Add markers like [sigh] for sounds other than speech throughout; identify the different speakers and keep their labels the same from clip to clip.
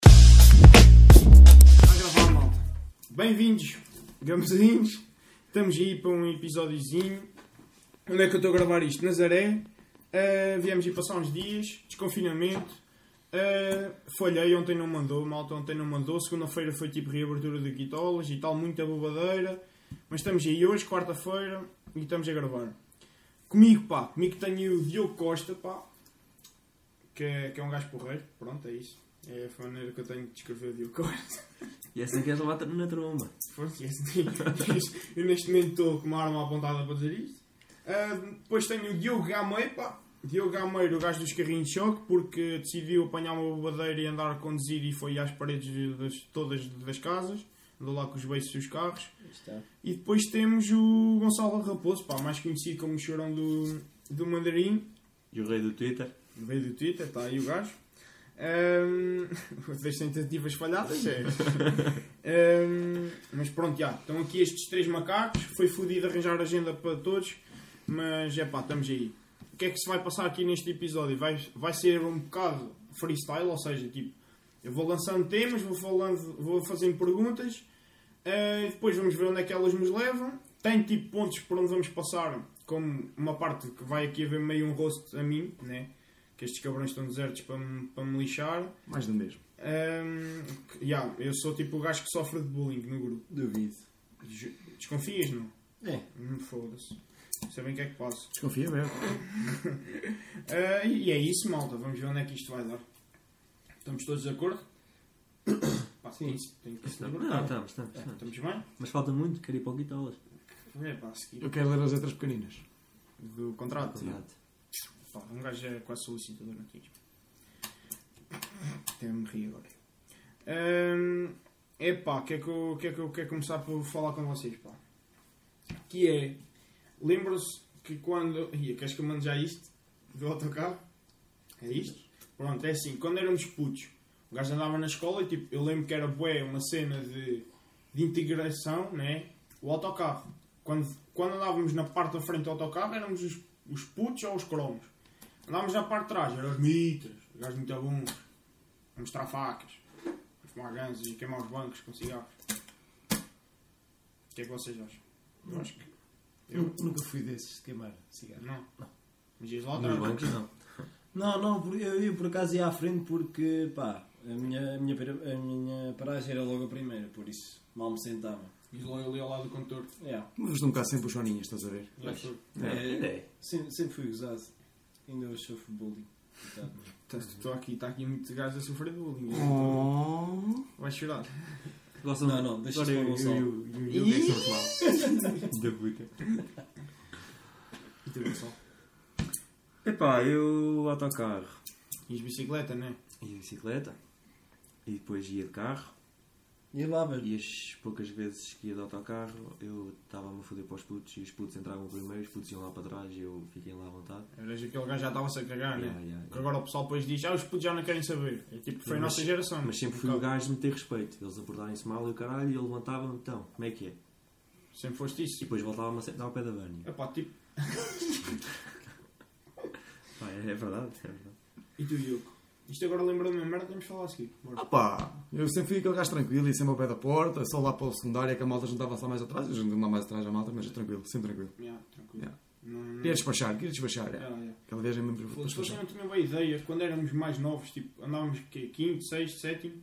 Speaker 1: Tá Bem-vindos, gamzinhos. Estamos aí para um episódiozinho. Onde é que eu estou a gravar isto? Nazaré. Uh, viemos aí passar uns dias, desconfinamento. Uh, falhei, ontem não mandou, malta ontem não mandou. Segunda-feira foi tipo reabertura de guitolas e tal, muita bobadeira. Mas estamos aí hoje, quarta-feira, e estamos a gravar. Comigo, pá, comigo tenho o Diogo Costa, pá, que é, que é um gajo porreiro. Pronto, é isso. É a maneira que eu tenho de descrever o Diogo Costa.
Speaker 2: E assim queres levar na tromba.
Speaker 1: Foda-se, esse dia. eu neste momento estou com uma arma apontada para dizer isto. Ah, depois tenho o Diogo Gameiro, pá. Diogo Gameiro, o gajo dos carrinhos de choque, porque decidiu apanhar uma bobadeira e andar a conduzir e foi às paredes de- das- todas das casas. Andou lá com os beiços dos carros.
Speaker 3: Está.
Speaker 1: E depois temos o Gonçalo Raposo, pá, mais conhecido como o chorão do, do Mandarim.
Speaker 2: E o rei do Twitter.
Speaker 1: Veio do Twitter, está aí o gajo. Ahm, [laughs] das tentativas falhadas, é. Ahm, mas pronto, já. Estão aqui estes três macacos. Foi fodido arranjar agenda para todos. Mas é pá, estamos aí. O que é que se vai passar aqui neste episódio? Vai, vai ser um bocado freestyle, ou seja, tipo, eu vou lançando temas, vou, falando, vou fazendo perguntas. ah, e depois vamos ver onde é que elas nos levam. Tem tipo pontos por onde vamos passar, como uma parte que vai aqui haver meio um rosto a mim, né? que estes cabrões estão desertos para me, para me lixar.
Speaker 2: Mais do mesmo.
Speaker 1: Ahm, que- yeah, eu sou tipo o gajo que sofre de bullying no grupo.
Speaker 3: Duvido.
Speaker 1: Ju- Desconfias, não?
Speaker 3: É.
Speaker 1: Hum, Foda-se. Sabem o que é que passo.
Speaker 2: Desconfia mesmo.
Speaker 1: Ah, e e é isso, malta. Vamos ver onde é que isto vai dar. Estamos todos de acordo? [coughs] Pá,
Speaker 3: Sim.
Speaker 1: tem isso- tem que se
Speaker 2: Não,
Speaker 1: libertar.
Speaker 2: estamos, estamos,
Speaker 1: É,
Speaker 2: estamos.
Speaker 1: Estamos bem?
Speaker 2: Mas falta muito, quero ir para o Guitolas.
Speaker 1: É pá, a seguir.
Speaker 3: Eu quero ler as letras pequeninas.
Speaker 1: Do contrato.
Speaker 2: Exato.
Speaker 1: Pá, um gajo é quase solicitador naquilo. tipo. Até me ri agora. Hum, epá, que é que, eu, que é que eu quero começar por falar com vocês, pá? Que é, lembram-se que quando... Ia, queres que eu mande já isto? Do autocarro? É isto? Pronto, é assim, quando éramos putos, o gajo andava na escola e tipo, eu lembro que era bué, uma cena de, de integração, né? O autocarro. Quando, quando andávamos na parte da frente do autocarro, éramos os, os putos ou os cromos. Andávamos na parte de trás, eram os mitras, os gajos muito bons, a mostrar facas, a fumar gansos e queimar os bancos com cigarros. O que é que vocês acham? Eu acho que.
Speaker 3: Eu
Speaker 1: Eu.
Speaker 3: nunca fui desses de queimar cigarro.
Speaker 1: Não. Mas diz lá
Speaker 2: Nos
Speaker 1: atrás.
Speaker 2: bancos não.
Speaker 3: Não, não, por- eu, eu por acaso ia à frente porque, pá, a minha, a minha, pera- a minha paragem era logo a primeira, por isso mal me sentava.
Speaker 1: Diz lá ali ao lado do condutor.
Speaker 3: É,
Speaker 4: Mas nunca há sempre os soninhas, estás a ver?
Speaker 2: Mas-
Speaker 1: Condutor.
Speaker 2: É, é.
Speaker 3: sempre, sempre fui gozado. Ainda hoje sofro bullying. Coitado.
Speaker 1: Estou aqui, está aqui muito gajo a sofrer de bullying.
Speaker 2: Oh.
Speaker 1: Vai chorar.
Speaker 2: Gostam
Speaker 3: Não, não, deixa
Speaker 2: Agora
Speaker 3: isso para o
Speaker 2: eu- eu-
Speaker 3: Gonçalo.
Speaker 2: eu- eu- eu que é que sou mal. Da puta.
Speaker 1: E tu, pessoal?
Speaker 2: Epá, eu autocarro
Speaker 1: E as bicicleta, né?
Speaker 2: e de bicicleta. E depois ia de carro.
Speaker 3: E lá, velho.
Speaker 2: E as poucas vezes que ia de autocarro, eu estava-me a foder para os putos. E os putos entravam primeiro, os putos iam lá para trás e eu fiquei lá à vontade.
Speaker 1: Eras aquele gajo já estava-se a cagar, né?
Speaker 2: Yeah, yeah,
Speaker 1: Porque
Speaker 2: yeah.
Speaker 1: agora o pessoal depois diz, ah, os putos já não querem saber. É tipo, foi a
Speaker 2: Mas-
Speaker 1: nossa geração.
Speaker 2: Mas sempre fui um o gajo de meter respeito. Eles abordarem-se mal e o caralho, e eu levantava-me, então, como é que é?
Speaker 1: Sempre foste
Speaker 2: E
Speaker 1: isso. tipo,
Speaker 2: depois voltava-me a sentar ao pé da Vânia.
Speaker 1: Epá, tipo...
Speaker 2: Pá, é, é verdade, é verdade.
Speaker 1: E tu, Diogo? Isto agora lembrou-me uma merda, temos de falar a seguir. Bora.
Speaker 4: Ah pá, eu sempre fui aquele gajo tranquilo e sempre ao pé da porta, só lá para o secundário é que a malta juntava lá mais atrás, eu juntava mais atrás a malta, mas é tranquilo, sempre tranquilo.
Speaker 1: Yeah, tranquilo.
Speaker 4: Yeah.
Speaker 1: Não, não...
Speaker 4: Queria despachar, queria despachar, é.
Speaker 1: Yeah, yeah.
Speaker 4: Aquela viagem mesmo para
Speaker 1: Foda-se, Vocês
Speaker 4: despachar.
Speaker 1: não tinham bem ideia, quando éramos mais novos, tipo, andávamos, quê? Quinto, sexto, sétimo...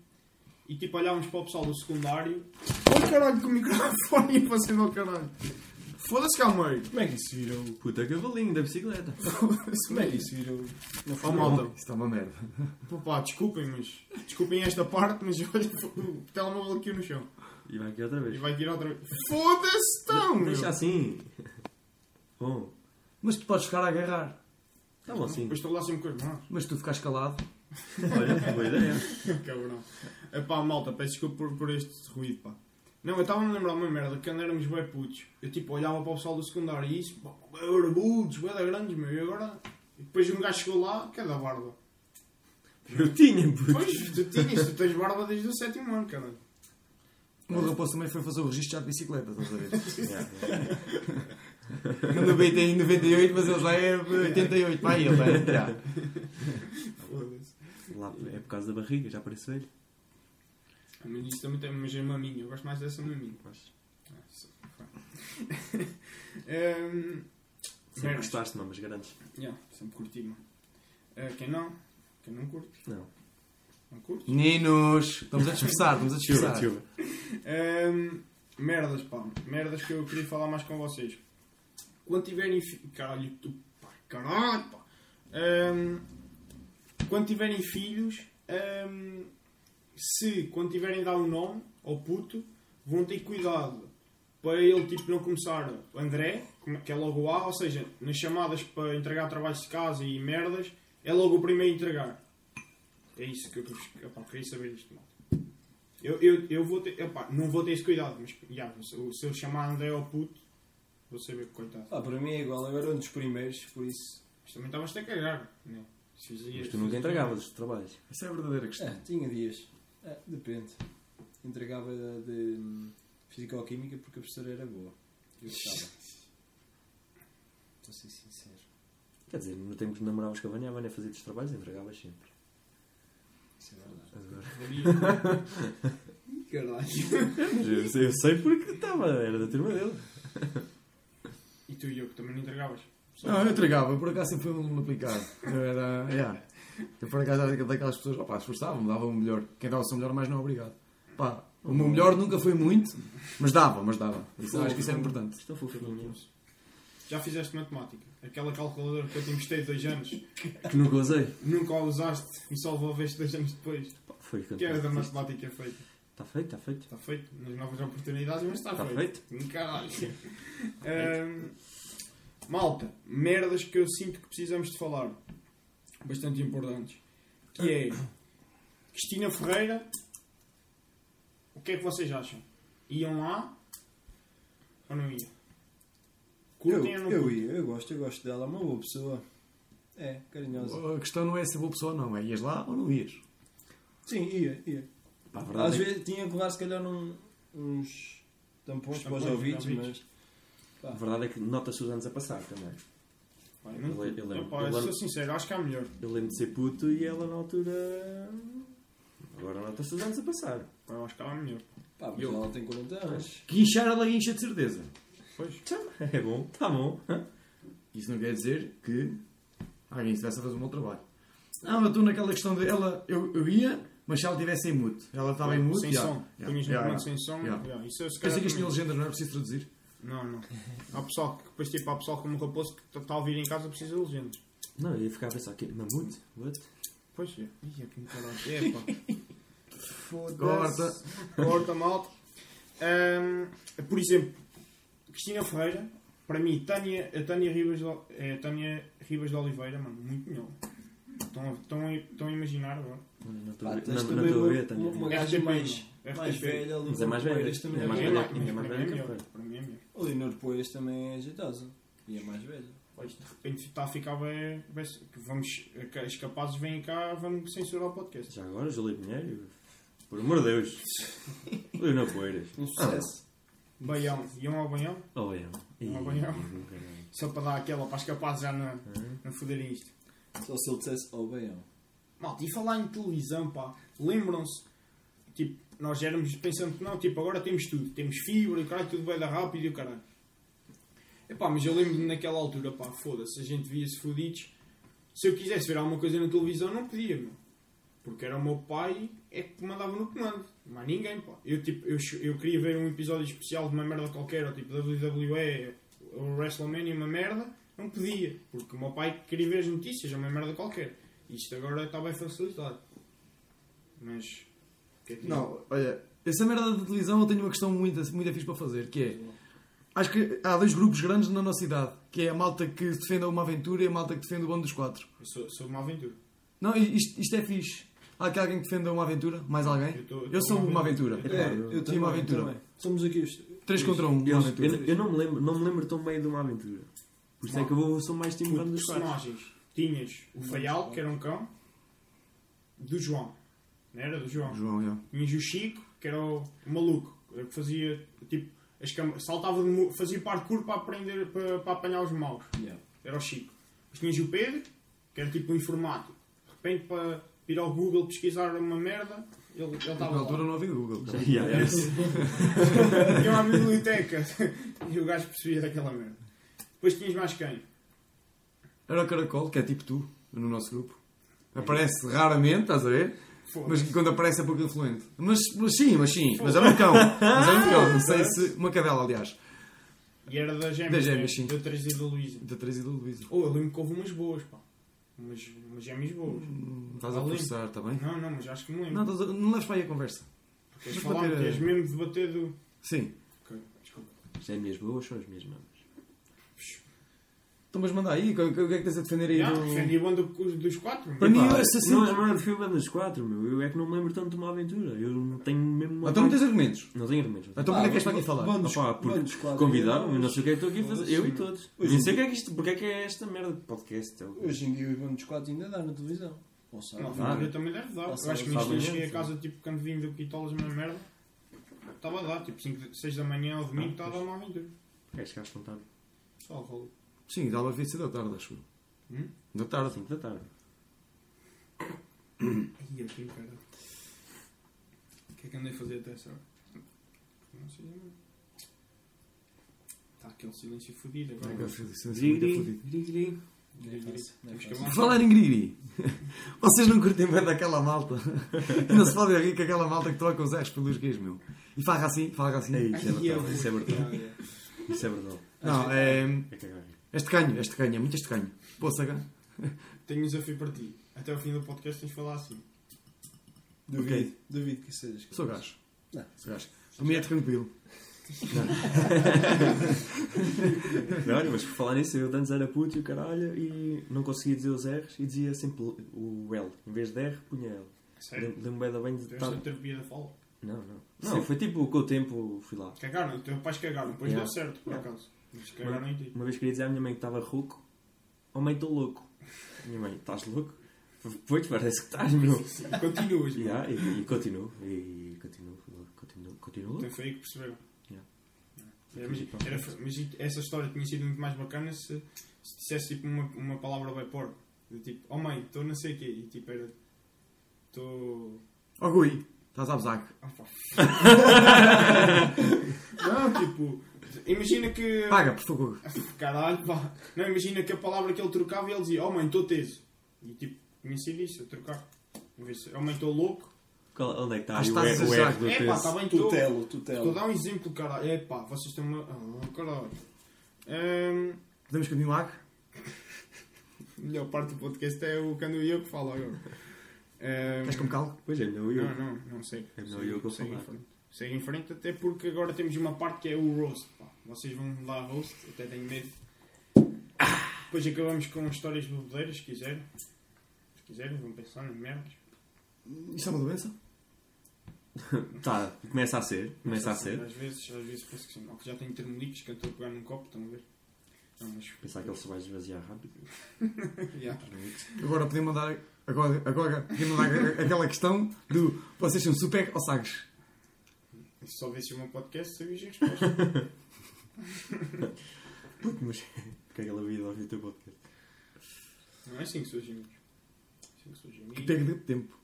Speaker 1: E tipo, olhávamos para o pessoal do secundário... Oh caralho, com o microfone ia passei ao Oh, caralho. Foda-se, calmeiro.
Speaker 3: Como é que isso virou?
Speaker 2: Puta cavalinho da bicicleta.
Speaker 3: Como é que isso virou? Não
Speaker 1: Oh,
Speaker 3: foi
Speaker 1: malta.
Speaker 4: Isso está uma merda.
Speaker 1: Pô, pá, desculpem, mas desculpem esta parte, mas olha o telemóvel aqui no chão.
Speaker 2: E vai aqui outra
Speaker 1: E
Speaker 2: vez.
Speaker 1: vai tirar outra vez. Foda-se então! meu!
Speaker 2: Deixa assim. Bom,
Speaker 4: Mas tu podes ficar a agarrar,
Speaker 2: tá bom assim.
Speaker 1: Depois estou lá sempre com as mãos.
Speaker 4: mas tu ficas calado.
Speaker 2: Olha, boa ideia.
Speaker 1: [laughs] Cabrão. Epá, malta, peço desculpa por, por este ruído, pá. Não, eu estava-me a lembrar uma merda, que quando éramos bem putos, eu tipo olhava para o pessoal do secundário e isso, pá, bué barbudos, bué da grandes, meu, e agora... E depois um gajo chegou lá, que é da barba.
Speaker 2: Eu tinha, puto.
Speaker 1: Pois, tu tinhas, tu tens barba desde o sétimo ano, caralho.
Speaker 4: O meu rapaz também foi fazer o registro já de bicicleta, estás
Speaker 2: [laughs]
Speaker 4: a ver?
Speaker 2: Yeah,
Speaker 4: No 90 em 98, mas ele já é 88, pá, ele é. já.
Speaker 1: Foda-se.
Speaker 2: Lá é por causa da barriga, já parece velho.
Speaker 1: Mas isso também tem, mas é maminho. Eu gosto mais dessa maminho.
Speaker 2: Mas,
Speaker 1: Ah, [laughs] só- Hum,
Speaker 2: sempre
Speaker 1: Certo.
Speaker 2: gostaste, mamas grandes.
Speaker 1: yeah, sempre curti, mano. Ah, quem não? Quem não curte?
Speaker 2: Não.
Speaker 1: Não curte?
Speaker 4: Meninos, estamos a dispersar, estamos a dispersar.
Speaker 1: Ahm, merdas, pá. Merdas que eu queria falar mais com vocês. Quando tiverem. Fi... Caralho, tu. Pá, caralho, pá. Ahm, quando tiverem filhos, ahm, se quando tiverem dado um nome ao puto, vão ter cuidado para ele tipo, não começar André, como- que é logo o A, ou seja, nas chamadas para entregar trabalhos de casa e merdas, é logo o primeiro a entregar. É isso que eu quis- epá, queria saber disto, malta. Eu, eu, eu vou ter, epá, não vou ter esse cuidado, mas já, se eu- se eu chamar André ao puto, vou saber que coitado.
Speaker 3: Ah, para mim é igual, eu era um dos primeiros, por isso.
Speaker 1: Mas também estavas-te a cagar, né? Se fazias-
Speaker 2: Mas tu nunca entregavas os trabalhos.
Speaker 4: Essa é a verdadeira questão.
Speaker 3: Ah, tinha dias. Ah, depende. Entregava de, de Fisicoquímica porque a professora era boa. Eu [laughs] gostava. Estou a ser sincero.
Speaker 2: Quer dizer, no tempo que namoravas com a Vânia, a Vânia fazia os trabalhos e entregavas sempre.
Speaker 3: Isso é verdade.
Speaker 2: Agora,
Speaker 1: Ih, Caralho.
Speaker 2: eu, sei- eu sei porque estava, era da turma dele.
Speaker 1: E tu e eu que também não entregavas. Só-
Speaker 4: Não, eu entregava, eu por acaso sempre fui um aluno aplicado. Eu era, yeah. Eu por acaso era daquelas pessoas, opá, esforçava-me, dava o melhor. Quem dava o seu melhor, mais não, obrigado. Pá, o meu melhor nunca foi muito, mas dava, mas dava. Isso, acho que isso é importante.
Speaker 3: um
Speaker 2: Estão fofinhos.
Speaker 1: Já fizeste matemática? Aquela calculadora que eu te emprestei dois anos,
Speaker 2: Que nunca usei.
Speaker 1: nunca a usaste e só devolveste dois anos depois.
Speaker 2: Pá, Foi
Speaker 1: Que era da
Speaker 2: Está
Speaker 1: matemática feita.
Speaker 2: Tá feito, está feito. Tá
Speaker 1: Está feito, nas novas oportunidades, mas está
Speaker 2: Está
Speaker 1: Tá feito. Caralho. Ahm, malta, merdas que eu sinto que precisamos de falar. Bastante importantes. Que é Cristina Ferreira. O que é que vocês acham? Iam lá ou não iam?
Speaker 3: Eu,
Speaker 1: Curtem ou não
Speaker 3: eu
Speaker 1: curtem?
Speaker 3: ia, eu gosto, eu gosto dela, é uma boa pessoa. É, carinhosa.
Speaker 4: A questão não é se boa pessoa ou não, é ias lá ou não ias.
Speaker 3: Sim, ia, ia.
Speaker 2: Pá, a
Speaker 3: Às
Speaker 2: verdade é que
Speaker 3: vezes tinha que levar se calhar num- uns tampões
Speaker 1: Uns
Speaker 3: para os
Speaker 1: tampões,
Speaker 3: ouvidos,
Speaker 1: ouvidos.
Speaker 3: mas.
Speaker 2: A verdade é que nota-se os anos a passar também.
Speaker 1: Pá, eu não
Speaker 2: Eu
Speaker 1: curto.
Speaker 2: le- eu lembro-
Speaker 1: Epá,
Speaker 2: eu
Speaker 1: eu
Speaker 2: lembro-
Speaker 1: sou sincero, acho que há melhor.
Speaker 2: Eu lembro de ser puto e ela na altura. Agora nota-se os anos a passar. [laughs]
Speaker 1: Pá, Eu acho que há melhor.
Speaker 3: Pá, mas
Speaker 2: Eu-
Speaker 3: ela tem 40 anos.
Speaker 4: Guinchar, ela guincha de certeza.
Speaker 1: Pois.
Speaker 2: É bom, está bom.
Speaker 4: Isso não quer dizer que alguém estivesse a fazer um bom trabalho. Não, eu estou naquela questão de ela, eu, eu ia, mas se ela estivesse em mute. Ela estava em mute,
Speaker 1: Sem
Speaker 4: já.
Speaker 1: som.
Speaker 4: Já,
Speaker 1: Punhas no
Speaker 4: já,
Speaker 1: comando
Speaker 4: já.
Speaker 1: sem som.
Speaker 4: Yeah.
Speaker 1: já, Isso eu se
Speaker 4: Quer dizer
Speaker 1: calhar
Speaker 4: que isto tinha
Speaker 1: também-
Speaker 4: legendas, não era preciso traduzir?
Speaker 1: Não, não. Há pessoal que depois tipo, há pessoal como o raposo que está a ouvir em casa precisa de legendas.
Speaker 2: Não, eu ia ficar a pensar aqui, mamute, what?
Speaker 1: Pois é. Ih, é que me caralho. É,
Speaker 3: [laughs]
Speaker 1: pá.
Speaker 4: Corta.
Speaker 1: Corta, malta. Ahm, por exemplo, Cristina Ferreira, para mim, Tânia, a Tânia Ribas de, Ol- é, a Tânia Ribas de Oliveira, mano, muito melhor. Estão a, estão a, estão a imaginar agora.
Speaker 2: Não, Não estou
Speaker 3: Pá,
Speaker 2: a ver,
Speaker 3: tens
Speaker 2: não- não
Speaker 3: também
Speaker 2: estou a ver,
Speaker 3: uma-
Speaker 2: Tânia.
Speaker 3: uma- uma-
Speaker 1: RTP,
Speaker 3: gaja mais-
Speaker 1: não.
Speaker 3: Mais
Speaker 1: RTP.
Speaker 3: velha, a
Speaker 2: Mas é mais velha,
Speaker 3: Poeiras também
Speaker 2: é
Speaker 3: é
Speaker 2: mais
Speaker 1: Mas
Speaker 2: velha.
Speaker 3: boa.
Speaker 1: para mim
Speaker 2: ainda mais
Speaker 1: é
Speaker 2: velha que
Speaker 1: melhor,
Speaker 2: eu.
Speaker 1: Para mim é melhor.
Speaker 3: A Leonor Poeiras também é ajeitosa. E é mais velha.
Speaker 1: Pois, de repente está a ficar bem. bem- que vamos, que os capazes vêm cá, vamos censurar o podcast.
Speaker 2: Já agora, Júlio Pinheiro, por amor de
Speaker 3: [laughs]
Speaker 2: Deus. Leonor Poeiras.
Speaker 3: Um sucesso.
Speaker 1: Baião, iam ao banhão?
Speaker 2: Oh, é. Ih,
Speaker 1: Uma banhão.
Speaker 2: nunca não.
Speaker 1: Só para dar aquela para os capazes já não,
Speaker 2: Hum?
Speaker 1: não foderem isto.
Speaker 3: Só se ele dissesse, oh, bem,
Speaker 1: Malta, e falar em televisão, pá, lembram-se? Tipo, nós éramos pensando que não, tipo, agora temos tudo. Temos fibra e o caralho, tudo vai dar rápido e o caralho. Epá, mas eu lembro-me naquela altura, pá, foda-se, a gente via-se fodidos. Se eu quisesse ver alguma coisa na televisão, não podia, meu. Porque era o meu pai é que mandava no comando. Não há ninguém, pá. Eu, tipo, eu, che- eu queria ver um episódio especial de uma merda qualquer, ou tipo WWE ou WrestleMania, uma merda. Não podia, porque o meu pai queria ver as notícias, ou uma merda qualquer. Isto agora está bem facilitado. Mas. o que é que-
Speaker 4: Não, olha, essa merda da televisão eu tenho uma questão muito, muito fixe para fazer, que é. Acho que há dois grupos grandes na nossa idade, que é a malta que defende uma aventura e a malta que defende o bando dos quatro.
Speaker 1: Eu sou, sou uma aventura.
Speaker 4: Não, isto, isto é fixe. Há aqui alguém que defenda uma aventura? Mais alguém?
Speaker 1: Eu tô- eu tô
Speaker 4: eu sou
Speaker 1: uma
Speaker 4: uma
Speaker 1: aventura.
Speaker 4: aventura.
Speaker 2: É,
Speaker 4: eu também, uma aventura.
Speaker 3: também. Somos aqui os.
Speaker 4: 3 contra 1, um, uma
Speaker 2: Eu,
Speaker 4: aventura.
Speaker 2: eu- eu não me lembro, não me lembro tão bem de uma aventura. Por isso é que eu vou- sou mais time
Speaker 1: Puto,
Speaker 2: fã dos quatro.
Speaker 1: personagens. Tinhas o Faial, que era um cão. Do João. Não era? Do João.
Speaker 4: João, já.
Speaker 1: Tinhas o Chico, que era o maluco. Que fazia, tipo, as cam- saltava de mu- fazia parkour para, aprender, para, para apanhar os maus.
Speaker 3: Yeah.
Speaker 1: Era o Chico. Mas tinhas o Pedro, que era tipo um informático. De repente, para, ir ao Google pesquisar uma merda, ele ele
Speaker 4: Na
Speaker 1: estava [laughs]
Speaker 4: altura
Speaker 1: lá.
Speaker 4: não havia Google. cara.
Speaker 2: [laughs] Yeah, yeah.
Speaker 1: Tinha é uma biblioteca [laughs] e o gajo percebia daquela merda. Depois tinhas mais quem?
Speaker 4: Era o Caracol, que é tipo tu, no nosso grupo. Aparece raramente, estás a ver? Mas
Speaker 1: Foda-se.
Speaker 4: que quando aparece é pouco influente. Mas, mas sim, mas sim. Mas era um cão. Mas era um cão. Não sei se. Uma cadela, aliás.
Speaker 1: E era da Gêmeas.
Speaker 4: Da Gêmeas,
Speaker 1: né?
Speaker 4: sim.
Speaker 1: Da Teresa e da Luísa.
Speaker 4: Da Teresa e da Luísa.
Speaker 1: Oh, eu lembro que houve umas boas, pá. Umas, umas Gêmeas boas.
Speaker 4: Hum, Estás a
Speaker 1: Ali.
Speaker 4: forçar, está bem?
Speaker 1: Não, não, mas acho que me
Speaker 4: Não,
Speaker 1: lembro.
Speaker 4: estás a- não leves para aí a conversa.
Speaker 1: Queres
Speaker 4: mas
Speaker 1: falar?
Speaker 4: bater a-
Speaker 1: Queres mesmo debater do.
Speaker 4: Sim.
Speaker 1: Ok, desculpa.
Speaker 2: As minhas boas são as minhas mamas.
Speaker 4: Então, mas manda aí. O que o que é que tens a defender aí?
Speaker 1: Ah,
Speaker 4: do-
Speaker 1: defendi a banda dos- dos quatro.
Speaker 4: Para mim,
Speaker 2: Pá,
Speaker 4: essa
Speaker 2: Não,
Speaker 4: sim.
Speaker 2: não é filme das quatro, meu. Eu é que não me lembro tanto de uma aventura. Eu não tenho mesmo uma.
Speaker 4: Então não tens argumentos.
Speaker 2: Não tenho argumentos.
Speaker 4: Então porquê é que és para aqui falar?
Speaker 3: Vamos,
Speaker 2: Opa, porque
Speaker 3: vamos, quadro-
Speaker 2: Convidaram-me, eu não sei o que é que estou aqui a fazer. Eu e todos.
Speaker 3: Hoje
Speaker 2: Nem
Speaker 3: em
Speaker 2: sei o que é que isto. Porque é que é esta merda de podcast? É Ah, o-
Speaker 3: Hoje em dia o Ivan dos Quatro ainda dá na televisão. Ou sabe?
Speaker 1: Não,
Speaker 4: Claro.
Speaker 1: eu também deve dar. Eu
Speaker 3: Passa-
Speaker 1: acho que nisto eu
Speaker 2: passa-
Speaker 1: cheguei a casa, tipo, quando vim do Quitolas, uma merda. Estava a dar, tipo, 6 da manhã ou
Speaker 4: Ah,
Speaker 1: domingo, estava a dar uma aventura.
Speaker 2: É chegar espontâneo.
Speaker 1: Só rolo.
Speaker 4: Sim, talvez devia ser da tarde, acho eu.
Speaker 1: Hum?
Speaker 4: Da tarde.
Speaker 2: 5 da tarde.
Speaker 1: Ai, eu tenho cara. O que é que andei a fazer até essa hora? Não sei não. Está aquele silêncio fodido agora.
Speaker 4: Ai, é que felicidade, muito
Speaker 2: Grigri,
Speaker 4: fodido.
Speaker 2: grigri.
Speaker 3: Não é fácil, não é
Speaker 1: Temos que
Speaker 3: fácil.
Speaker 4: Por
Speaker 1: avançar.
Speaker 4: falar em Griri, [laughs] vocês não curtem bem daquela malta? [laughs] Não se pode rir com aquela malta que troca os R's pelos gays, meu. E farra assim, farra assim.
Speaker 2: Ei, isso
Speaker 1: Ai,
Speaker 2: é
Speaker 1: eu
Speaker 2: brutal, isso é
Speaker 1: vou-
Speaker 2: brutal.
Speaker 1: Ai, ai.
Speaker 2: Isso é brutal.
Speaker 4: Não, é.
Speaker 2: É cagar.
Speaker 4: Este canho, este canho, é muito este canho. Poça, cá.
Speaker 1: Tenho um desafio para ti. Até ao fim do podcast tens de falar assim.
Speaker 3: Duvido,
Speaker 4: Ok.
Speaker 3: duvido que sejas. capaz.
Speaker 4: Sou gajo.
Speaker 3: Não.
Speaker 4: Sou gajo. Para mim é tranquilo.
Speaker 2: Não, olha, mas por falar nisso, eu antes era puto e o caralho e não conseguia dizer os R's e dizia sempre o L. Em vez de R, punha L.
Speaker 1: Sério?
Speaker 2: Lembro-me bem da bem de
Speaker 1: Tiveste a
Speaker 2: estar.
Speaker 1: terapia da fala.
Speaker 2: Não, não. Não, foi tipo com o tempo fui lá.
Speaker 1: Cagaram, os teus pais cagaram. Depois
Speaker 2: Yeah.
Speaker 1: deu certo, por
Speaker 2: Yeah.
Speaker 1: acaso. Mas cagaram em ti.
Speaker 2: Uma vez queria dizer à minha mãe que estava rouco, ou mãe, estou louco. Minha mãe, estás louco? Pois, parece que estás, meu.
Speaker 1: Continuas,
Speaker 2: E,
Speaker 1: mano.
Speaker 2: ah, e, e continuo, e continuo, continuo, continuo.
Speaker 1: Então foi aí que perceberam.
Speaker 2: Yeah.
Speaker 1: Era, mas, era- mas essa história tinha sido muito mais bacana se, se dissesse tipo uma, uma palavra bem porca. Do Tipo, oh mãe, estou não sei o quê. E tipo era. Estou.
Speaker 4: Ó Gui, estás a abusar.
Speaker 1: Ah, pá. [laughs] não, tipo. Imagina que.
Speaker 4: Paga, por favor.
Speaker 1: Caralho, pá. Não, imagina que a palavra que ele trocava ele dizia, oh mãe, estou teso. E tipo, tinha sido isso, eu trocar. Em vez de, Oh mãe, estou louco.
Speaker 2: Qual- onde é que está aí
Speaker 4: Acho
Speaker 2: o,
Speaker 4: que
Speaker 2: R-
Speaker 4: estás a
Speaker 2: o R
Speaker 4: exagerar.
Speaker 2: do
Speaker 1: É pá, está
Speaker 2: texto?
Speaker 1: bem, estou.
Speaker 3: Tutelo,
Speaker 1: Vou
Speaker 3: tutelo.
Speaker 1: dar um exemplo, cara. É pá, vocês estão. uma- Ah, caralho. Ahm,
Speaker 4: Podemos continuar?
Speaker 1: a melhor parte do podcast é o Cano e eu que falo agora. Ehm, Ahm,
Speaker 4: Queres que me calo?
Speaker 2: Pois é, não eu.
Speaker 1: não, não, não sei.
Speaker 2: É melhor eu que eu
Speaker 1: Segue em
Speaker 2: falar.
Speaker 1: frente. Segue em frente, até porque agora temos uma parte que é o roast. Pá. Vocês vão dar roast, até tenho medo. Depois acabamos com histórias bobeiras, se quiserem. Se quiserem, vão pensar em merdas.
Speaker 4: Isto é uma doença?
Speaker 2: Tá, começa a ser, começa a ser.
Speaker 1: Às vezes, às vezes penso que sim. Ó, que Já tenho termoliques que eu estou a pegar num copo, estão a ver? Não, mas. [laughs]
Speaker 2: Pensar que ele se vai esvaziar rápido. [laughs]
Speaker 1: Yeah.
Speaker 4: Agora podia mandar. Agora, agora podia mandar aquela questão do vocês são super ou sagres?
Speaker 1: Se só visses o meu podcast, sabias a resposta.
Speaker 2: Puto, mas porque é que ele havia de ouvir o teu podcast?
Speaker 1: Não é assim que surgem amigos. Assim que surgem
Speaker 4: Que
Speaker 1: amigos.
Speaker 4: perda de tempo.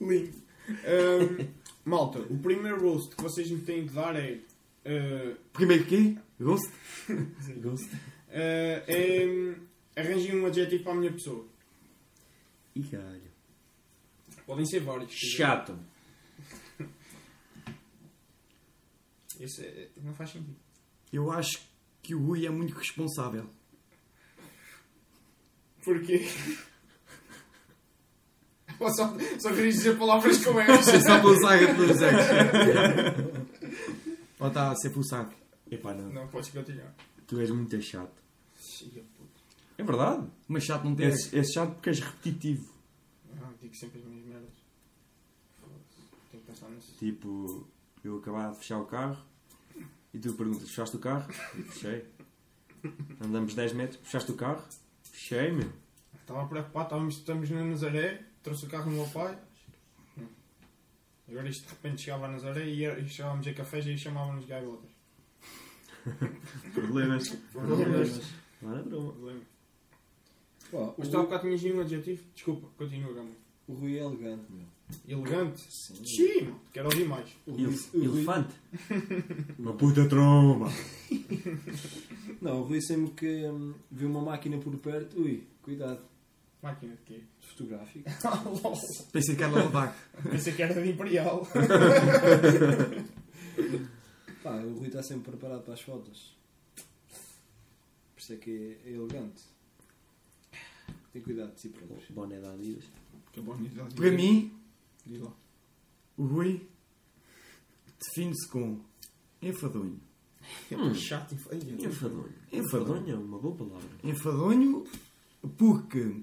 Speaker 1: Lindo. Ahm, malta, o primeiro roast que vocês me têm de dar é. ah,
Speaker 4: Primeiro que Gosto?
Speaker 2: Gosto.
Speaker 1: ah, é hum, arranjem um adjetivo para a minha pessoa.
Speaker 2: Ih, caralho.
Speaker 1: Podem ser vários. se quiser.
Speaker 2: Chato.
Speaker 1: Esse é- não faz sentido.
Speaker 4: Eu acho que o Rui é muito responsável.
Speaker 1: Porquê? [laughs] Ou só, só querias dizer palavras como [laughs] essa.
Speaker 4: Está pelo
Speaker 2: é
Speaker 4: saga pelos ex. [laughs] Ou está a ser pelo saco.
Speaker 2: Epá, não.
Speaker 1: Não podes continuar.
Speaker 2: Tu és muito chato.
Speaker 1: Chia, puto.
Speaker 2: É verdade.
Speaker 4: Mas chato não tem ex.
Speaker 2: És, és chato porque és repetitivo.
Speaker 1: Ah, digo sempre as minhas merdas. Foda-se. Tenho que pensar nisso.
Speaker 2: Tipo, eu acabava de fechar o carro e tu perguntas, fechaste o carro? Eu Fechei. Andamos 10 metros, fechaste o carro? Fechei, meu.
Speaker 1: Estava preocupado, estávamos, estamos na Nazaré, trouxe o carro do meu pai. Hum. Agora isto de repente chegava a Nazaré e, era- e chegávamos a cafés e chamavam-nos gaivotas.
Speaker 2: Problemas.
Speaker 1: Problemas.
Speaker 2: Lá na Droma.
Speaker 1: Lembro.
Speaker 3: Pá,
Speaker 1: Mas
Speaker 3: o,
Speaker 1: tu há bocado tinhas aí um adjetivo? Desculpa, continua, Gama.
Speaker 3: o Rui é elegante, meu.
Speaker 1: Elegante?
Speaker 3: Sim.
Speaker 1: Sim, mano. quero ouvir mais.
Speaker 3: O Rui,
Speaker 2: Elef-
Speaker 3: o Rui,
Speaker 2: Elefante. Uma puta tromba.
Speaker 3: não, o Rui sempre que hum, vê uma máquina por perto, ui, cuidado,
Speaker 1: Máquina de [laughs] quê?
Speaker 3: [laughs] fotográfico.
Speaker 1: Ah,
Speaker 4: Pensei que era Lavac.
Speaker 1: Pensei que era de Imperial.
Speaker 3: Pá, o Rui está sempre preparado para as fotos. Por isso é que é, é elegante. Tem cuidado de si próprio.
Speaker 2: Boné da Adidas. [laughs]
Speaker 4: Para mim,
Speaker 1: Diz lá.
Speaker 4: o Rui define-se com enfadonho.
Speaker 2: Hum.
Speaker 1: Chato e feio.
Speaker 2: Enfadonho.
Speaker 4: Enfadonho.
Speaker 2: Enfadonho é uma boa palavra.
Speaker 4: enfadonho porque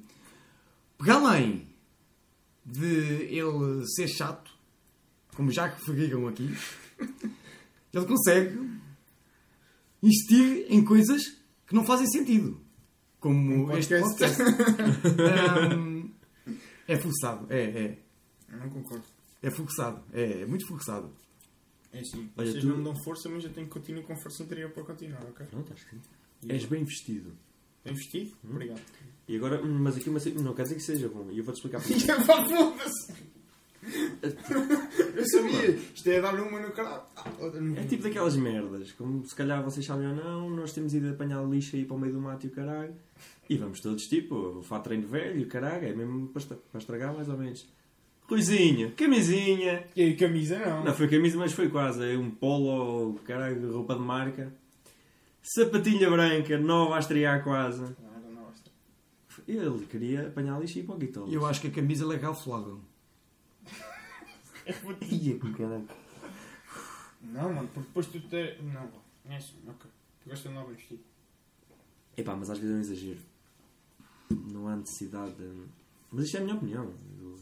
Speaker 4: para além de ele ser chato, como já que fregam
Speaker 1: [laughs]
Speaker 4: aqui, ele consegue insistir em coisas que não fazem sentido. Como
Speaker 1: Um
Speaker 4: este
Speaker 1: podcast.
Speaker 4: podcast.
Speaker 1: [laughs]
Speaker 4: Ahm, é forçado, é, é.
Speaker 1: Não concordo.
Speaker 4: É forçado, é, é muito forçado.
Speaker 1: É sim.
Speaker 2: Olha,
Speaker 1: Vocês
Speaker 2: tu-
Speaker 1: não me dão força, mas eu tenho que continuar com força interior para continuar, ok?
Speaker 2: Pronto, acho que sim. És bem vestido.
Speaker 1: Bem vestido?
Speaker 2: Hum.
Speaker 1: Obrigado.
Speaker 2: E agora, hum, mas aqui uma, se- não quer dizer que seja bom. E eu vou-te explicar
Speaker 1: [laughs]
Speaker 2: porquê.
Speaker 1: E é pá,
Speaker 2: [laughs]
Speaker 1: foda-se! Eu sabia! Isto é dar uma no caralho. Ah, outra no-
Speaker 2: É tipo daquelas merdas, como se calhar vocês sabem ou não, nós temos ido apanhar lixo aí para o meio do mato e o caralho. E vamos todos tipo, o fato de treino velho, e o caralho, é mesmo para estra- para estragar mais ou menos. Ruizinho, camisinha.
Speaker 1: E aí, camisa não.
Speaker 2: Não foi camisa, mas foi quase, é um polo, caralho, roupa de marca. Sapatilha branca, nova a estrear quase.
Speaker 1: Ah, Não, era nossa.
Speaker 2: Ele queria apanhar lixo e ir para o Guitolos.
Speaker 4: E eu acho que a camisa é camuflada.
Speaker 2: Ia com caralho.
Speaker 1: Não, mano, porque depois tu te. Não, vá. é assim, ok. Tu gostas de não bem vestido.
Speaker 2: Epá, mas às vezes é um exagero. Não há necessidade de... Mas isto é a minha opinião. Eu-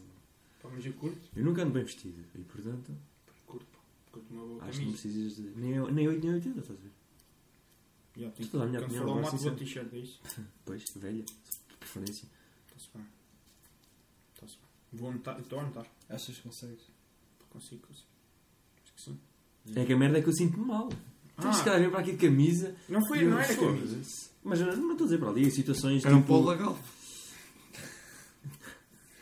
Speaker 1: Pá, mas eu curto.
Speaker 2: Eu nunca ando bem vestido e, portanto,
Speaker 1: Curto, pá. Curto uma boa
Speaker 2: acho que não
Speaker 1: camisa.
Speaker 2: precisas de. Nem, nem 8 nem 80, estás a ver?
Speaker 1: Já, tenho
Speaker 2: Estou a dar a minha
Speaker 1: Quando
Speaker 2: opinião,
Speaker 1: for ao
Speaker 2: agora,
Speaker 1: mato, vou
Speaker 2: sincero.
Speaker 1: t-shirt, é isso?
Speaker 2: Pois, velha, de preferência.
Speaker 1: Está-se bem. Está-se bem. Vou anotar. Estou a anotar.
Speaker 3: Achas que consegues?
Speaker 1: Consigo, consigo. Acho que sim.
Speaker 2: É que a merda é que eu sinto-me mal. Então, se calhar vem para aqui de camisa.
Speaker 1: não Ah. foi,
Speaker 2: e eu-
Speaker 1: não era
Speaker 2: Foda-se.
Speaker 1: camisa.
Speaker 2: Mas eu não estou a dizer para ali, situações.
Speaker 4: Era um
Speaker 2: tipo,
Speaker 4: polo Lagalf.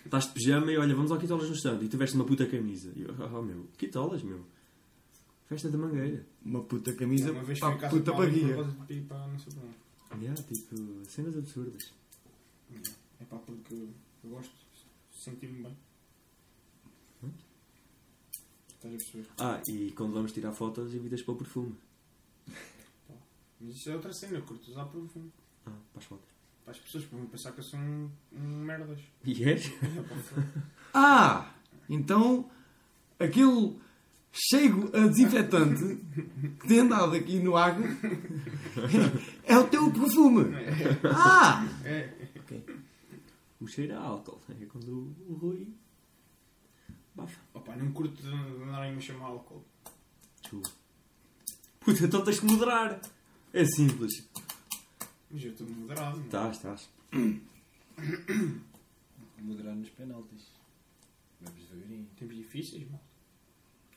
Speaker 2: Estás de pijama e olha, vamos ao Quitolas no stand. E tu vestes uma puta camisa. E eu, oh meu, Quitolas, meu. Festa da mangueira.
Speaker 4: Uma puta
Speaker 1: Não,
Speaker 4: camisa
Speaker 1: Uma vez fui em
Speaker 4: para a
Speaker 1: casa
Speaker 4: puta
Speaker 1: para alguém por
Speaker 4: barriga.
Speaker 1: causa de pedir para não sei para onde.
Speaker 2: Yeah, tipo, cenas absurdas.
Speaker 1: É pá, porque eu gosto. Senti-me bem.
Speaker 2: Hum?
Speaker 1: Estás a perceber?
Speaker 2: Ah, e quando vamos tirar fotos, evitas para o perfume.
Speaker 1: Mas isso é outra cena, eu curto usar perfume.
Speaker 2: Ah, para as fotos.
Speaker 1: Para as pessoas vão pensar que eu sou um, um merdas.
Speaker 2: E és?
Speaker 1: É pá, foda-se.
Speaker 4: Ah! Então, aquele chego a desinfetante que tem andado aqui no ar é o teu perfume. Ah!
Speaker 1: é,
Speaker 2: O cheiro a álcool. É quando o Rui. Bafa.
Speaker 1: opá, não curto de andarem-me a chamar álcool.
Speaker 2: Chuva. Puta, então tens que moderar. É simples. Tá,
Speaker 1: Mas eu estou moderado. não é?
Speaker 2: Estás, estás.
Speaker 3: Moderar nos penaltis. Vamos devagarinho.
Speaker 1: Tempos difíceis, mal.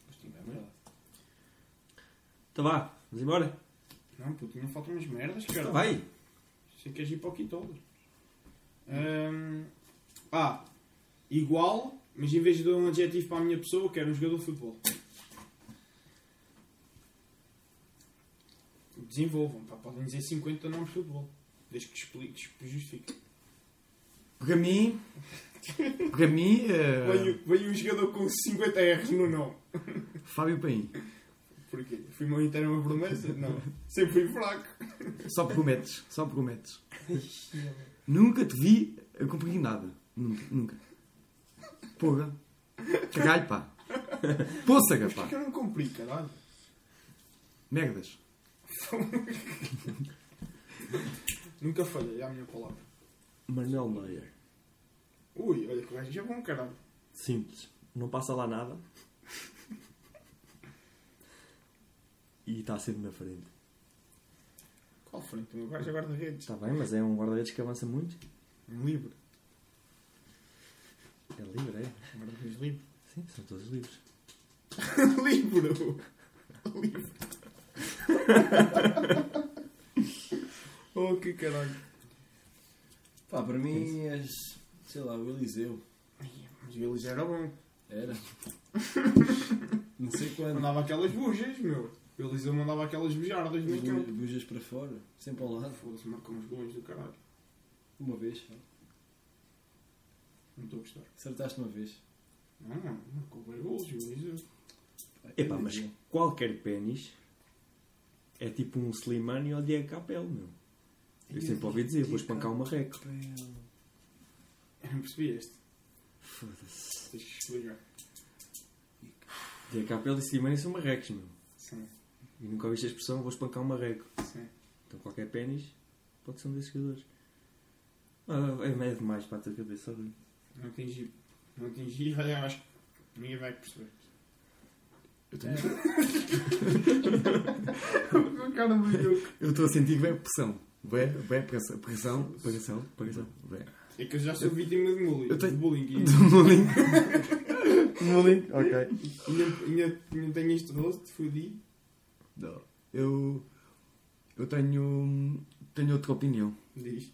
Speaker 1: Mas tinha
Speaker 3: É verdade.
Speaker 2: Então vá, vamos embora. Então
Speaker 1: Não, puto, não faltam umas merdas, cara.
Speaker 2: Vai.
Speaker 1: Sei que és ir para o Quitolas. ah, igual, mas em vez de dar um adjetivo para a minha pessoa, eu quero um jogador de futebol. Desenvolvam, pá, podem dizer 50 nomes de futebol. Desde que expliques, que justifique.
Speaker 4: Para mim, para mim, eh,
Speaker 1: Veio, veio um jogador com 50 R's no nome.
Speaker 4: Fábio Paim,
Speaker 1: Porquê? Fui uma inteira uma promessa? Não. Sempre fui fraco.
Speaker 4: só prometes, só prometes. Nunca te vi a cumprir nada. Nunca, nunca. Porra. Cagalho, pá. Pôssega,
Speaker 1: Porquê
Speaker 4: pá.
Speaker 1: que eu não cumpri, caralho?
Speaker 4: Merdas.
Speaker 1: Nunca falhei, é a minha palavra.
Speaker 2: Manuel Neuer.
Speaker 1: Ui, olha que o gajo é bom, caralho.
Speaker 2: Simples. Não passa lá nada. [laughs] E está sempre na frente.
Speaker 1: Qual frente? O meu gajo é guarda-redes.
Speaker 2: Está bem, mas é um guarda-redes que avança muito.
Speaker 1: Um livro.
Speaker 2: É livre, é?
Speaker 1: Um guarda-redes [laughs] livre. Um
Speaker 2: Sim, são todos livres.
Speaker 1: [laughs] livro! Livro. [laughs] Oh, que caralho.
Speaker 3: Pá, para mim és, sei lá, o Eliseu.
Speaker 1: Mas o Eliseu era bom.
Speaker 3: [laughs] Era. Não sei quando.
Speaker 1: Mandava aquelas bujas, meu. O Eliseu mandava aquelas bujardas no campo.
Speaker 3: Bu- Bujas para fora, sempre ao lado,
Speaker 1: Foda-se, marcou uns golões do caralho.
Speaker 3: uma vez. só.
Speaker 1: Não estou a gostar.
Speaker 3: Acertaste uma vez.
Speaker 1: Não, não, marcou bem golos, o Eliseu.
Speaker 2: Epá, mas qualquer pênis é tipo um Slimani ou Diego Capel, meu. Eu sempre ouvi dizer, vou espancar uma
Speaker 3: É
Speaker 2: rec.
Speaker 1: Eu não [laughs] percebi este.
Speaker 2: Foda-se.
Speaker 1: Tens que explicar.
Speaker 2: Diego Capel e Slimani são marrecos, meu.
Speaker 1: Sim,
Speaker 2: E nunca ouviste a expressão, vou espancar um marreco.
Speaker 1: sim.
Speaker 2: Então qualquer pênis pode ser um desses jogadores. Ah, é é demais para a tua cabeça, Rui.
Speaker 1: Não atingi. Não atingi, olha, eu acho que ninguém vai perceber.
Speaker 4: Eu também-
Speaker 1: O cara do Diogo.
Speaker 4: Eu estou a sentir que vai pressão. Vai, vai pressão. Pressão.
Speaker 2: Pagação, pagação.
Speaker 4: Vai.
Speaker 1: É que eu já sou vítima de bullying.
Speaker 4: Eu tenho-
Speaker 1: De bullying.
Speaker 4: Do Mulim. Do Mulim. [laughs] Ok.
Speaker 1: E ainda, ainda, ainda tenho este rosto, fodi.
Speaker 4: Não. Eu. Eu tenho. Tenho outra opinião.
Speaker 1: Diz.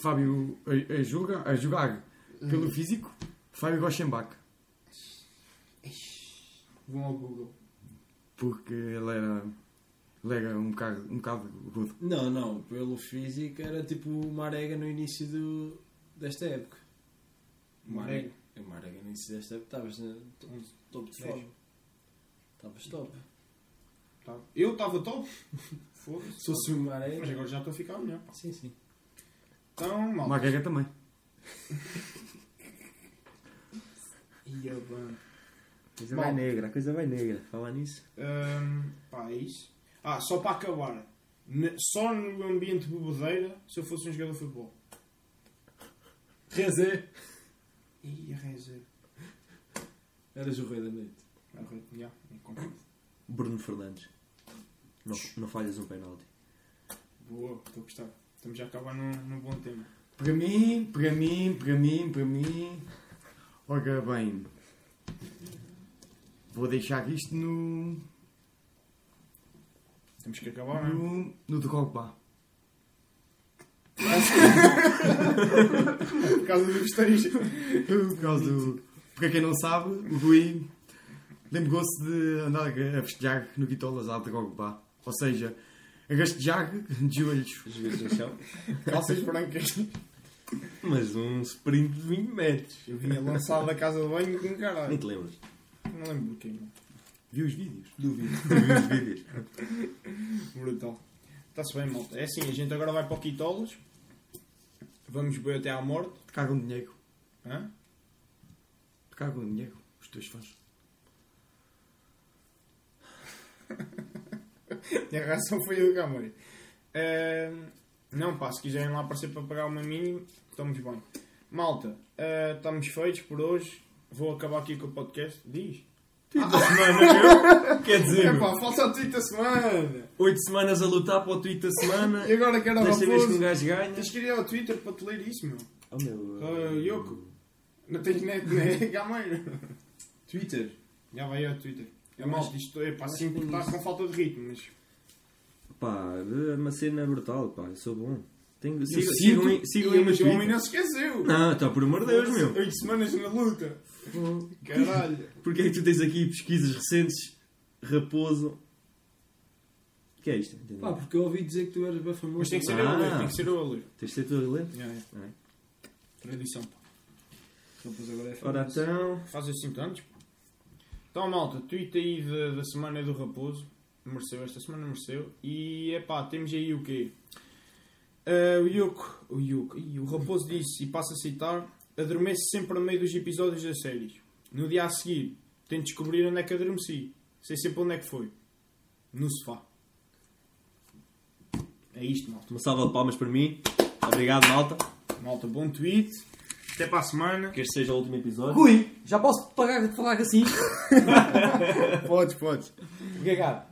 Speaker 4: Fábio. A, a, joga, a jogar pelo físico, Fábio Gochenbach.
Speaker 1: Vão ao Google.
Speaker 4: Porque ele era. Ele era um bocado, um bocado rudo.
Speaker 3: Não, não, pelo físico era tipo o Marega no início do, desta época.
Speaker 1: Marega.
Speaker 3: O Marega no início desta época estavas na-
Speaker 1: Onze.
Speaker 3: top de
Speaker 1: Dez.
Speaker 3: forma. Estavas top.
Speaker 1: Tá. Eu estava top. Foda-se.
Speaker 3: Se fosse o
Speaker 1: Mas
Speaker 3: Marega.
Speaker 1: agora já estou a ficar melhor.
Speaker 3: Sim, sim.
Speaker 1: Então, mal.
Speaker 4: Magrega também.
Speaker 1: Ia bem.
Speaker 2: A coisa
Speaker 1: Bom.
Speaker 2: vai negra, a coisa vai negra. Falar nisso.
Speaker 1: Hum, pá, é isso. Ah, só para acabar. Ne- Só no ambiente bobadeira, se eu fosse um jogador de futebol.
Speaker 3: Rezé!
Speaker 1: Ia reza.
Speaker 3: Eras o rei da noite.
Speaker 1: Ah, re- já, nem concordo.
Speaker 2: Bruno Fernandes. Não, não falhas um penalti.
Speaker 1: Boa, estou a gostar. Estamos já a acabar num, num bom tema.
Speaker 4: Para mim, para mim, para mim, para mim. Ora bem. Vou deixar isto no.
Speaker 1: Temos que acabar, não é?
Speaker 4: no, no Drogba.
Speaker 1: Por causa do vegetarista.
Speaker 4: Por causa do. Para quem não sabe, o Rui lembrou-se de andar a festejar no Guitolas à Drogba. Ou seja, a gastejar de joelhos.
Speaker 2: Os vezes no chão.
Speaker 1: Calças brancas.
Speaker 2: Mas um sprint de 20 metros.
Speaker 1: Eu vinha lançado da casa de banho com
Speaker 2: Nem
Speaker 1: caralho.
Speaker 2: te lembras.
Speaker 1: Não lembro porquê, mano.
Speaker 4: Viu os vídeos?
Speaker 2: Duvido. Duvido os vídeos.
Speaker 1: Brutal. Está-se bem, malta. É assim, a gente agora vai para o Quitolos. Vamos beber até à morte.
Speaker 4: Cagam dinheiro.
Speaker 1: Hã?
Speaker 4: Cagam dinheiro. Os teus fãs.
Speaker 1: E a reação foi do Camori. Ahm, não, pá, se quiserem lá aparecer para pagar uma mini, estamos bem. Malta, ah, estamos feitos por hoje. Vou acabar aqui com o podcast. Diz.
Speaker 2: Tweet da semana, meu. Quer dizer,
Speaker 1: Epá, falta o tweet da semana.
Speaker 2: 8 semanas a lutar para o tweet da semana.
Speaker 1: E agora quero
Speaker 2: Desta vez que um
Speaker 1: raposo.
Speaker 2: gajo ganha.
Speaker 1: Tens que ir ao Twitter para te ler isso, meu.
Speaker 2: Oh, meu.
Speaker 1: Ah, Yoko. Não tens net, né? Gameiro.
Speaker 3: Twitter.
Speaker 1: Já vai ao Twitter. É
Speaker 3: Eu
Speaker 1: mal,
Speaker 3: acho-
Speaker 1: isto é pá,
Speaker 3: acho
Speaker 1: sim,
Speaker 3: que tem
Speaker 1: está
Speaker 3: isso.
Speaker 1: com falta de ritmo, mas
Speaker 2: Pá, é uma cena brutal, pá. Eu sou bom. Tenho, um, sigam,
Speaker 1: sinto-
Speaker 2: sigam, sigam
Speaker 1: E
Speaker 2: aí no
Speaker 1: o homem
Speaker 2: Twitter.
Speaker 1: não um se esqueceu.
Speaker 2: Não, tá, por amor de Deus, meu.
Speaker 1: Oito semanas na luta.
Speaker 3: Hum,
Speaker 1: Caralho.
Speaker 2: Porquê é que tu tens aqui pesquisas recentes? Raposo. O que é isto? Entendeu?
Speaker 3: Pá, porque eu ouvi dizer que tu eras bem famoso.
Speaker 1: Mas tem que ser eu
Speaker 2: Ah.
Speaker 1: a ler, tem que ser eu a ler.
Speaker 2: Tens de ter tudo a ler?
Speaker 1: É, é. Tradição, pá.
Speaker 3: Rapaz, agora é
Speaker 2: Ora
Speaker 3: famoso.
Speaker 2: então.
Speaker 1: Faz assim tantos, pá. Então, malta, tweet aí da, da semana do Raposo. Mereceu, esta semana mereceu. E, é pá, temos aí o quê? Ah, o Yoko, o Yoko, Ih, o Raposo disse, e passo a citar, adormece sempre a meio dos episódios das séries. No dia a seguir, tento descobrir onde é que adormeci. Sei sempre onde é que foi. No sofá. É isto, malta.
Speaker 2: Uma salva de palmas para mim. Obrigado, malta.
Speaker 1: Malta, bom tweet. Até para a semana.
Speaker 2: Que este seja o último episódio.
Speaker 4: Rui, já posso pagar de falar assim?
Speaker 1: Podes, podes.
Speaker 4: Cagado.